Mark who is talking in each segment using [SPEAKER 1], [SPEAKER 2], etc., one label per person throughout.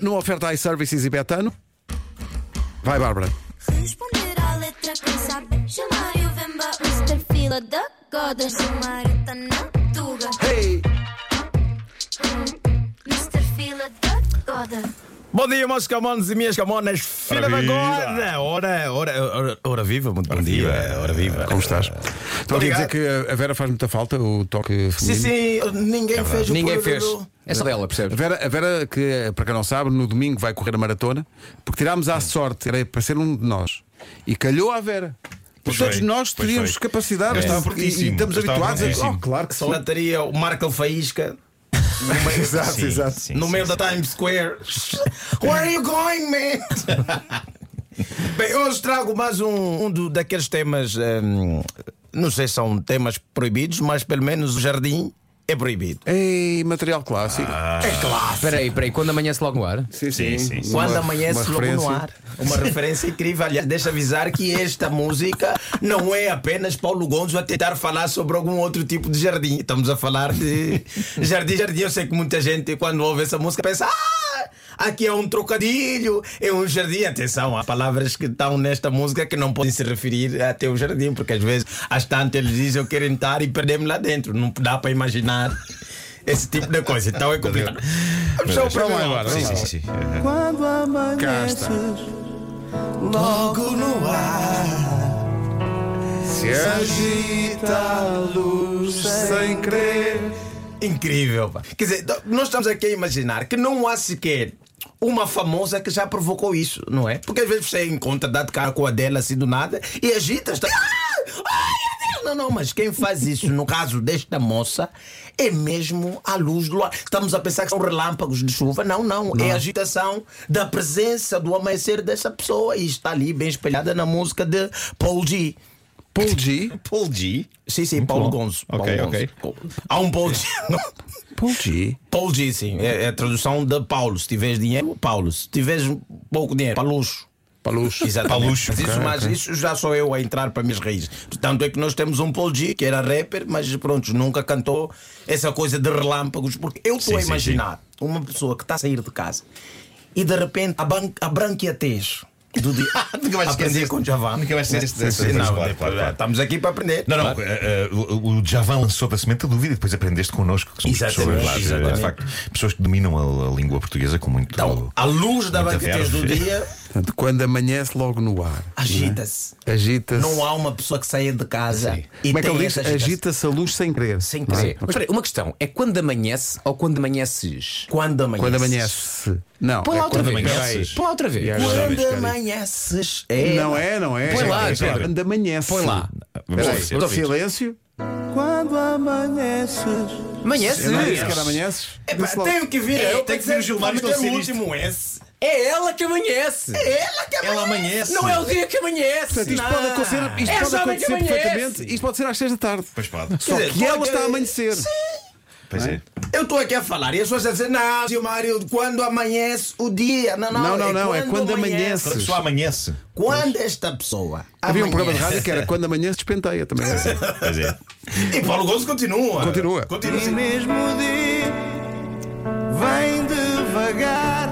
[SPEAKER 1] Numa oferta iServices e Betano. Vai, Bárbara.
[SPEAKER 2] Responder à letra quem sabe Chamar e o Vemba Mr. Fila da Goda Chamar e tá na Tuga
[SPEAKER 1] Hey.
[SPEAKER 2] Mr. Fila da Goda
[SPEAKER 3] Bom dia, meus camones e minhas camonas. Filha da
[SPEAKER 4] viva.
[SPEAKER 3] gorda! Ora, ora, ora, ora viva, muito bom dia.
[SPEAKER 4] É,
[SPEAKER 3] Ora viva.
[SPEAKER 1] Como estás?
[SPEAKER 4] Eh,
[SPEAKER 1] Estou aqui a dizer
[SPEAKER 3] Obrigado.
[SPEAKER 1] que a Vera faz muita falta, o toque feminino.
[SPEAKER 3] Sim, sim, ninguém fez o
[SPEAKER 5] Ninguém
[SPEAKER 3] programa
[SPEAKER 5] fez.
[SPEAKER 3] do-
[SPEAKER 5] É só dela,
[SPEAKER 1] A
[SPEAKER 5] percebes?
[SPEAKER 1] Vera, a Vera, que para quem não sabe, no domingo vai correr a maratona, porque tirámos à sorte, era para ser um de nós. E calhou à Vera. Porque
[SPEAKER 4] Pois
[SPEAKER 1] todos
[SPEAKER 4] foi,
[SPEAKER 1] nós
[SPEAKER 4] pois
[SPEAKER 1] teríamos
[SPEAKER 4] foi.
[SPEAKER 1] capacidade
[SPEAKER 4] Eu
[SPEAKER 1] e-
[SPEAKER 4] estava
[SPEAKER 1] e,
[SPEAKER 4] fortíssimo,
[SPEAKER 1] e estamos
[SPEAKER 4] eu estava
[SPEAKER 1] habituados a dizer, oh,
[SPEAKER 4] fortíssimo.
[SPEAKER 1] claro que
[SPEAKER 3] Só
[SPEAKER 1] sim.
[SPEAKER 3] mataria o Marco Faísca. No meio-
[SPEAKER 1] Exato,
[SPEAKER 4] Sim,
[SPEAKER 1] exato.
[SPEAKER 4] sim,
[SPEAKER 3] no
[SPEAKER 4] sim,
[SPEAKER 3] meio
[SPEAKER 4] sim.
[SPEAKER 3] da Times Square. Where are you going, man? Bem, hoje trago mais um, um do- daqueles temas. hum, não sei se são temas proibidos, mas pelo menos o jardim é proibido.
[SPEAKER 1] Ei, material clássico.
[SPEAKER 5] Ah, Espera aí, espera aí, quando amanhece logo no ar.
[SPEAKER 1] sim,
[SPEAKER 4] Ah, sim, sim, sim.
[SPEAKER 3] Quando
[SPEAKER 1] Uma-
[SPEAKER 3] amanhece
[SPEAKER 1] uma
[SPEAKER 3] logo no
[SPEAKER 1] referência.
[SPEAKER 3] ar. Uma referência incrível. Aliás, deixa avisar que esta música não é apenas Paulo Gonzo a tentar falar sobre algum outro tipo de jardim. Estamos a falar de jardim, jardim. Eu sei que muita gente, quando ouve essa música, pensa. "Ah, Aqui é um trocadilho, é um jardim. Atenção, há palavras que estão nesta música que não podem se referir até o jardim, porque às vezes, às tantas, eles dizem eu quero entrar e perder-me lá dentro. Não dá para imaginar esse tipo de coisa. Então é complicado. Vamos só para
[SPEAKER 1] Vamos
[SPEAKER 3] lá.
[SPEAKER 1] Então embora,
[SPEAKER 4] Sim, sim, sim. sim.
[SPEAKER 3] Quando
[SPEAKER 1] Cá está.
[SPEAKER 3] amanheces Logo no ar Agita a luz sem querer Incrível, pá. Quer dizer, do- nós estamos aqui a imaginar que não há sequer uma famosa que já provocou isso, não é? Porque às vezes você encontra, dá de cara com a dela assim do nada e agita. Está... Ah! Ai, Adele! Não, não, mas quem faz isso no caso desta moça é mesmo a luz do luar. Estamos a pensar que são relâmpagos de chuva. Não, não. É a agitação da presença do amanhecer dessa pessoa e está ali bem espelhada na música de Paul G.
[SPEAKER 1] Paul G.
[SPEAKER 4] Paul G.
[SPEAKER 3] Sim, sim, Paulo Gonzo. Paulo
[SPEAKER 4] Ok,
[SPEAKER 3] Gonzo.
[SPEAKER 4] ok.
[SPEAKER 3] Há um Paul G.
[SPEAKER 1] Paul G.
[SPEAKER 3] Paul G, sim. É, é a tradução de Paulo. Se tiveres dinheiro, Paulo. Se tiveres pouco dinheiro, Paluxo.
[SPEAKER 1] Paluxo.
[SPEAKER 3] Exatamente.
[SPEAKER 4] Paluxo.
[SPEAKER 3] Mas, isso,
[SPEAKER 1] Ok,
[SPEAKER 3] mas isso já sou eu a entrar para minhas raízes. Tanto é que nós temos um Paul G, que era rapper, mas pronto, nunca cantou essa coisa de relâmpagos. Porque eu estou
[SPEAKER 4] Sim,
[SPEAKER 3] a
[SPEAKER 4] sim,
[SPEAKER 3] imaginar uma pessoa que está a sair de casa e de repente a, ban- a branquiatez do dia.
[SPEAKER 4] Ah, Nunca vais
[SPEAKER 3] Aprender
[SPEAKER 4] esquecer
[SPEAKER 3] com Javan.
[SPEAKER 4] Nunca vais esquecer
[SPEAKER 3] Sim, sim,
[SPEAKER 4] dessa-
[SPEAKER 3] não,
[SPEAKER 4] claro, claro, claro.
[SPEAKER 3] Estamos aqui para aprender.
[SPEAKER 4] Não, não, eh, eh, o, o Javan lançou-te a semente da dúvida e depois aprendeste connosco que somos
[SPEAKER 3] Exatamente,
[SPEAKER 4] pessoas, eh,
[SPEAKER 3] exatamente.
[SPEAKER 4] de facto, pessoas que dominam a, a língua portuguesa com muito.
[SPEAKER 3] Então, a luz da
[SPEAKER 4] Muita
[SPEAKER 3] banquetez do
[SPEAKER 4] verve. é?
[SPEAKER 3] dia
[SPEAKER 1] Portanto, quando amanhece logo no ar.
[SPEAKER 3] agita-se.
[SPEAKER 1] Agita-se.
[SPEAKER 3] Não há uma pessoa que saia de casa e
[SPEAKER 1] Como é que
[SPEAKER 3] tem
[SPEAKER 1] ele diz?
[SPEAKER 3] essa agitação.
[SPEAKER 1] Agita-se a luz sem querer.
[SPEAKER 3] Sem
[SPEAKER 1] Não é?
[SPEAKER 3] querer.
[SPEAKER 5] Mas espera aí, uma questão: é quando amanhece ou quando amanheces?
[SPEAKER 3] Quando amanhece.
[SPEAKER 1] Quando amanhece. Não.
[SPEAKER 5] Põe
[SPEAKER 1] é
[SPEAKER 5] lá outra
[SPEAKER 1] quando
[SPEAKER 5] vez.
[SPEAKER 1] amanhece.
[SPEAKER 5] Põe lá outra vez.
[SPEAKER 1] Yeah.
[SPEAKER 3] Quando
[SPEAKER 4] Espera aí.
[SPEAKER 3] amanheces. É.
[SPEAKER 1] Não é, não é.
[SPEAKER 5] Põe lá,
[SPEAKER 1] É
[SPEAKER 5] Pedro.
[SPEAKER 1] Quando amanhece.
[SPEAKER 5] Põe lá.
[SPEAKER 4] Vamos
[SPEAKER 1] Espera
[SPEAKER 4] lá,
[SPEAKER 1] aí,
[SPEAKER 4] Pedro.
[SPEAKER 1] Silêncio. Quando amanheces.
[SPEAKER 5] Amanheces.
[SPEAKER 1] Eu não disse que era amanheces.
[SPEAKER 3] Epá, um
[SPEAKER 1] Disse logo.
[SPEAKER 3] tenho que vir.
[SPEAKER 1] É,
[SPEAKER 3] eu
[SPEAKER 4] tem que vir o Gilmar
[SPEAKER 3] Vamos ter o
[SPEAKER 4] esclarecer isto.
[SPEAKER 3] último S.
[SPEAKER 5] É ela que amanhece.
[SPEAKER 3] Ela que
[SPEAKER 4] Ela amanhece.
[SPEAKER 5] Não é o dia que amanhece.
[SPEAKER 1] Portanto, isto pode acontecer, isto
[SPEAKER 5] É
[SPEAKER 1] pode
[SPEAKER 5] jovem que
[SPEAKER 1] acontecer
[SPEAKER 5] amanhece.
[SPEAKER 1] perfeitamente. Isto pode ser às seis da tarde.
[SPEAKER 4] Pois pode.
[SPEAKER 1] Só
[SPEAKER 3] dizer,
[SPEAKER 1] que ela
[SPEAKER 3] pode-
[SPEAKER 1] está a amanhecer.
[SPEAKER 4] Pois é.
[SPEAKER 3] Eu estou aqui a falar e as pessoas a dizer, não, Gilmário, quando amanhece o dia. Não, não,
[SPEAKER 1] Não, não, não, é quando amanhece.
[SPEAKER 4] Quando só amanhece.
[SPEAKER 3] Quando esta pessoa.
[SPEAKER 1] Havia um programa de
[SPEAKER 3] amanhece-
[SPEAKER 1] rádio que era quando amanhece despenteia também. era assim.
[SPEAKER 4] Pois é.
[SPEAKER 3] E Paulo Gomes continua.
[SPEAKER 1] Continua.
[SPEAKER 3] Continua. assim.
[SPEAKER 6] E mesmo dia vem devagar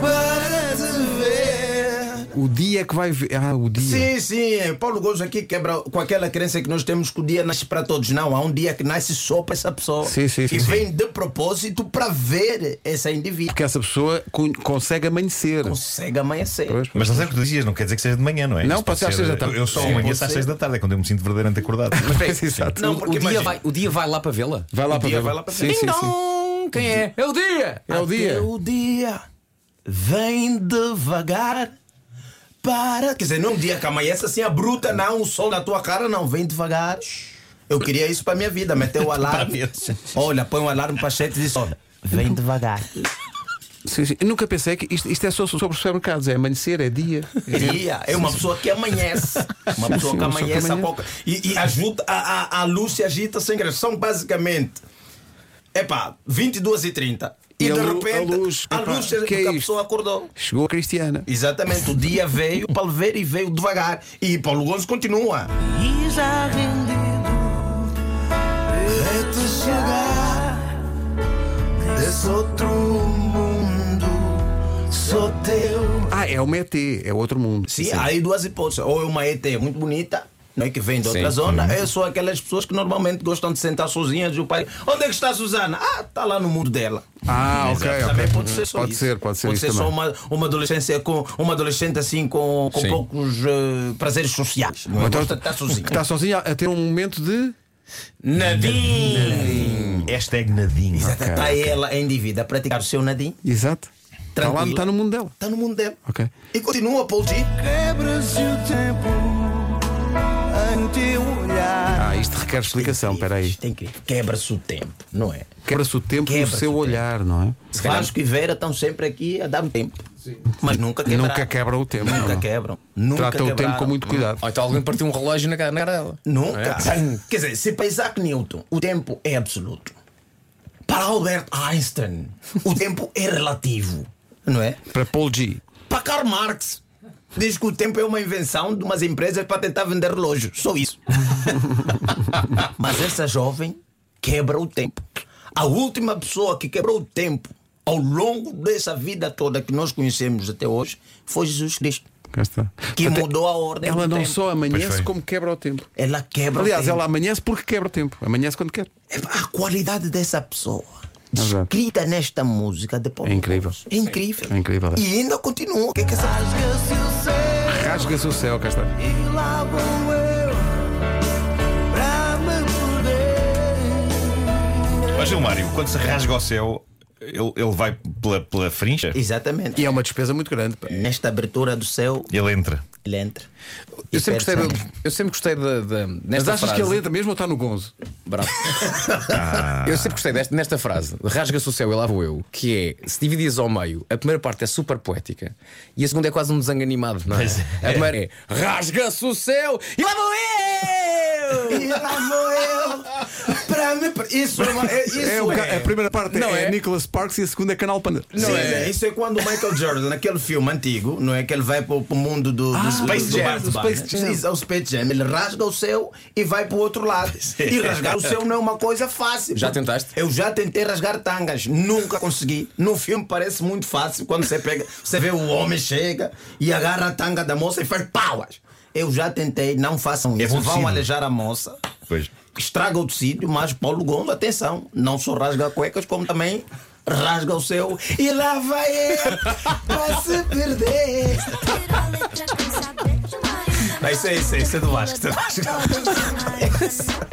[SPEAKER 6] para te ver.
[SPEAKER 1] O dia é que vai ver. Ah, o dia.
[SPEAKER 3] Sim, sim, Paulo Gozo aqui quebra com aquela crença que nós temos que o dia nasce para todos. Não, há um dia que nasce só para essa pessoa.
[SPEAKER 1] Sim, sim, sim,
[SPEAKER 3] e
[SPEAKER 1] sim.
[SPEAKER 3] vem de propósito para ver essa indivíduo.
[SPEAKER 1] Porque essa pessoa con- consegue amanhecer.
[SPEAKER 3] Consegue amanhecer.
[SPEAKER 1] Pois.
[SPEAKER 4] Mas não sei o que tu dizias, não quer dizer que seja de manhã, não é?
[SPEAKER 1] Não,
[SPEAKER 4] Isto
[SPEAKER 1] pode ser às seis da tarde.
[SPEAKER 4] Eu só
[SPEAKER 1] Sim,
[SPEAKER 4] amanheço às seis da tarde, é quando eu me sinto verdadeiramente acordado.
[SPEAKER 1] Sim, exato.
[SPEAKER 3] Não,
[SPEAKER 5] O-
[SPEAKER 3] porque
[SPEAKER 5] o, dia
[SPEAKER 3] imagina.
[SPEAKER 5] vai, o dia vai lá para vê-la.
[SPEAKER 1] Vai lá
[SPEAKER 3] O
[SPEAKER 1] para
[SPEAKER 3] dia
[SPEAKER 1] ver.
[SPEAKER 3] vai lá para
[SPEAKER 1] sim,
[SPEAKER 3] ver.
[SPEAKER 1] sim, sim.
[SPEAKER 5] Dong! Quem é? É o dia!
[SPEAKER 1] É o dia.
[SPEAKER 3] Até o dia vem devagar para. Quer dizer, não é um dia que amanhece assim, a bruta, não, o sol na tua cara, não, vem devagar. Eu queria isso para minha vida, meter o alarme. Olha, põe o alarme para sete e diz: olha, vem devagar.
[SPEAKER 1] Sim, sim. Eu nunca pensei que isto, isto é só sobre os supermercados. É amanhecer, é dia.
[SPEAKER 3] Dia, é uma pessoa que amanhece.
[SPEAKER 1] Sim, sim,
[SPEAKER 3] Uma pessoa que
[SPEAKER 1] uma pessoa que
[SPEAKER 3] amanhece a
[SPEAKER 1] amanhece.
[SPEAKER 3] pouco. E, e ajuda, a, a, a luz se agita sem graça. São basicamente. Epá, 22 e 30 E,
[SPEAKER 1] E
[SPEAKER 3] de
[SPEAKER 1] a lu-
[SPEAKER 3] repente,
[SPEAKER 1] a luz,
[SPEAKER 3] a
[SPEAKER 1] epá,
[SPEAKER 3] luz, se-
[SPEAKER 1] que é
[SPEAKER 3] porque a
[SPEAKER 1] isto?
[SPEAKER 3] pessoa acordou.
[SPEAKER 1] Chegou a Cristiana.
[SPEAKER 3] Exatamente, o dia veio para ver e veio devagar. E Paulo Gomes continua.
[SPEAKER 6] E já rendido é te chegar desse outro mundo sou teu.
[SPEAKER 1] Ah, é uma ET, é outro mundo.
[SPEAKER 3] Sim, há aí duas hipóteses. Ou é uma ET muito bonita, não é que vem de outra
[SPEAKER 5] Sim.
[SPEAKER 3] zona,
[SPEAKER 1] Uhum.
[SPEAKER 3] eu sou aquelas pessoas que normalmente gostam de sentar sozinhas e o pai. Onde é que está a Susana? Ah, está lá no muro dela.
[SPEAKER 1] Ah, ok, ok.
[SPEAKER 3] Também pode ser só
[SPEAKER 1] Pode
[SPEAKER 3] isso.
[SPEAKER 1] ser, pode ser
[SPEAKER 3] Pode
[SPEAKER 1] isso
[SPEAKER 3] ser só
[SPEAKER 1] também.
[SPEAKER 3] uma, uma adolescência com uma adolescente assim com, com
[SPEAKER 5] Sim.
[SPEAKER 3] poucos eh, prazeres sociais. Não é?
[SPEAKER 1] Então,
[SPEAKER 3] Gosta de estar sozinha.
[SPEAKER 1] Que está sozinho a ter um momento de.
[SPEAKER 5] Nadinho!
[SPEAKER 4] Hashtag nadinho.
[SPEAKER 3] Está tá ela em dívida a praticar o seu nadinho.
[SPEAKER 1] Exato. Está lá,
[SPEAKER 3] Tranquilo.
[SPEAKER 1] está no mundo dela.
[SPEAKER 3] Está no mundo dela.
[SPEAKER 1] Ok.
[SPEAKER 3] E continua, Paul G.
[SPEAKER 6] Quebra-se o tempo ante o olhar.
[SPEAKER 1] Ah, isto requer explicação, espera aí.
[SPEAKER 3] Isto é incrível. Quebra-se o tempo, não é?
[SPEAKER 1] Quebra-se o tempo no
[SPEAKER 3] Quebra-se
[SPEAKER 1] seu
[SPEAKER 3] o tempo.
[SPEAKER 1] olhar, não é?
[SPEAKER 3] Vasco e Vera estão sempre aqui a dar tempo. Mas nunca quebram.
[SPEAKER 1] Nunca quebram o tempo, não,
[SPEAKER 3] Nunca
[SPEAKER 1] não.
[SPEAKER 3] quebram. Nunca
[SPEAKER 1] Trata o tempo
[SPEAKER 3] quebraram.
[SPEAKER 1] com muito cuidado. É.
[SPEAKER 5] Ou então alguém partiu um relógio na cara na cara dela.
[SPEAKER 3] Nunca. Quer dizer, se para Isaac Newton o tempo é absoluto, para Albert Einstein o tempo é relativo, não é?
[SPEAKER 1] Para Paul G.
[SPEAKER 3] Para Karl Marx diz que o tempo é uma invenção de umas empresas para tentar vender relógios, só isso. Mas essa jovem quebra o tempo. A última pessoa que quebrou o tempo ao longo dessa vida toda que nós conhecemos até hoje foi Jesus Cristo,
[SPEAKER 1] Cá está.
[SPEAKER 3] que
[SPEAKER 1] Até-
[SPEAKER 3] mudou a ordem.
[SPEAKER 1] Ela
[SPEAKER 3] do
[SPEAKER 1] não
[SPEAKER 3] tempo.
[SPEAKER 1] só
[SPEAKER 4] Pois
[SPEAKER 1] amanhece,
[SPEAKER 4] foi.
[SPEAKER 1] como quebra o tempo.
[SPEAKER 3] Ela quebra
[SPEAKER 1] Aliás,
[SPEAKER 3] o tempo.
[SPEAKER 1] ela amanhece porque quebra o tempo. Amanhece quando quer.
[SPEAKER 3] Epá, A qualidade dessa pessoa
[SPEAKER 1] Exato.
[SPEAKER 3] descrita nesta música de Paulo
[SPEAKER 1] É incrível.
[SPEAKER 3] Gonçalves, É incrível.
[SPEAKER 1] É incrível, é.
[SPEAKER 3] E ainda continua. O que é que essa...
[SPEAKER 6] Rasga-se o céu.
[SPEAKER 1] Rasga-se o céu, cá está.
[SPEAKER 6] E lá vou eu pra me poder.
[SPEAKER 4] Mas Gilmário, quando se rasga o céu, ele, ele vai pela, pela frincha?
[SPEAKER 3] Exatamente.
[SPEAKER 1] E é uma despesa muito grande. pá.
[SPEAKER 3] Nesta abertura do céu,
[SPEAKER 4] Ele entra.
[SPEAKER 3] ele entra.
[SPEAKER 5] Eu
[SPEAKER 3] E
[SPEAKER 5] sempre gostei,
[SPEAKER 3] percebe-
[SPEAKER 5] da- eu sempre gostei da, da,
[SPEAKER 1] Mas
[SPEAKER 5] nesta
[SPEAKER 1] achas
[SPEAKER 5] frase.
[SPEAKER 1] que a letra mesmo ou está no gonzo?
[SPEAKER 5] Bravo. Eu sempre gostei desta, nesta frase, rasga-se o céu e lá vou eu, que é se dividires ao meio, a primeira parte é super poética e a segunda é quase um desenho animado, não é? A primeira é rasga-se o céu e lá vou eu!
[SPEAKER 3] E lá vou eu pra me... per- Isso é, uma- é- isso
[SPEAKER 1] É o ca-
[SPEAKER 3] é.
[SPEAKER 1] A primeira parte
[SPEAKER 5] Não
[SPEAKER 1] é,
[SPEAKER 5] é?
[SPEAKER 1] Nicholas Sparks e a segunda é Canal Panda.
[SPEAKER 3] Sim, é. Isso é quando o Michael Jordan, naquele filme antigo, não é? Que ele vai para o mundo do, do,
[SPEAKER 1] Ah, Space
[SPEAKER 3] do
[SPEAKER 1] Jam,
[SPEAKER 3] Bart
[SPEAKER 1] do
[SPEAKER 3] Barnes.
[SPEAKER 1] Space Jam.
[SPEAKER 3] Sim, é o Space Jam. Ele rasga o céu e vai para o outro lado. E rasgar o céu não é uma coisa fácil.
[SPEAKER 5] Já tentaste?
[SPEAKER 3] Eu já tentei rasgar tangas, nunca consegui. No filme parece muito fácil quando você pega, você vê o homem chega e agarra a tanga da moça e faz pauas. Eu já tentei, não façam
[SPEAKER 1] É
[SPEAKER 3] isso.
[SPEAKER 4] bom
[SPEAKER 3] Vão
[SPEAKER 4] tecido.
[SPEAKER 3] alejar a moça.
[SPEAKER 4] Pois.
[SPEAKER 3] Estraga o tecido, mas Paulo Gondo, atenção, não só rasga cuecas, como também rasga o seu e lá vai ele pra se perder.
[SPEAKER 2] Vai ser isso, isso é do Vasco.
[SPEAKER 3] isso é do Vasco.
[SPEAKER 2] tá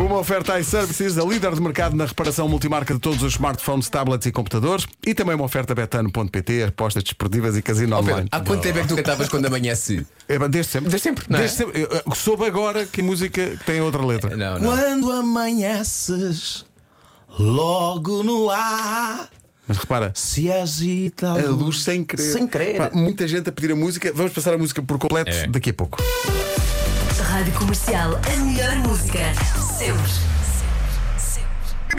[SPEAKER 1] Uma oferta iServices, a líder de mercado na reparação multimarca de todos os smartphones, tablets e computadores. E também uma oferta betano.pt, apostas desportivas e casino
[SPEAKER 5] Oh, Pedro,
[SPEAKER 1] online.
[SPEAKER 5] há quanto tempo é que tu cantavas quando amanhece?
[SPEAKER 1] É, pá, desde sempre.
[SPEAKER 5] Desde sempre, não é?
[SPEAKER 1] Desde sempre. Eu, eu, soube agora que música tem outra letra.
[SPEAKER 5] Não, não.
[SPEAKER 3] Quando amanheces, logo no ar
[SPEAKER 1] Mas repara.
[SPEAKER 3] se agita
[SPEAKER 1] A luz sem querer.
[SPEAKER 3] Sem querer.
[SPEAKER 1] Pá, muita gente a pedir a música. Vamos passar a música por
[SPEAKER 5] É.
[SPEAKER 1] completo daqui a pouco.
[SPEAKER 7] Rádio Comercial, a melhor música. Sempre.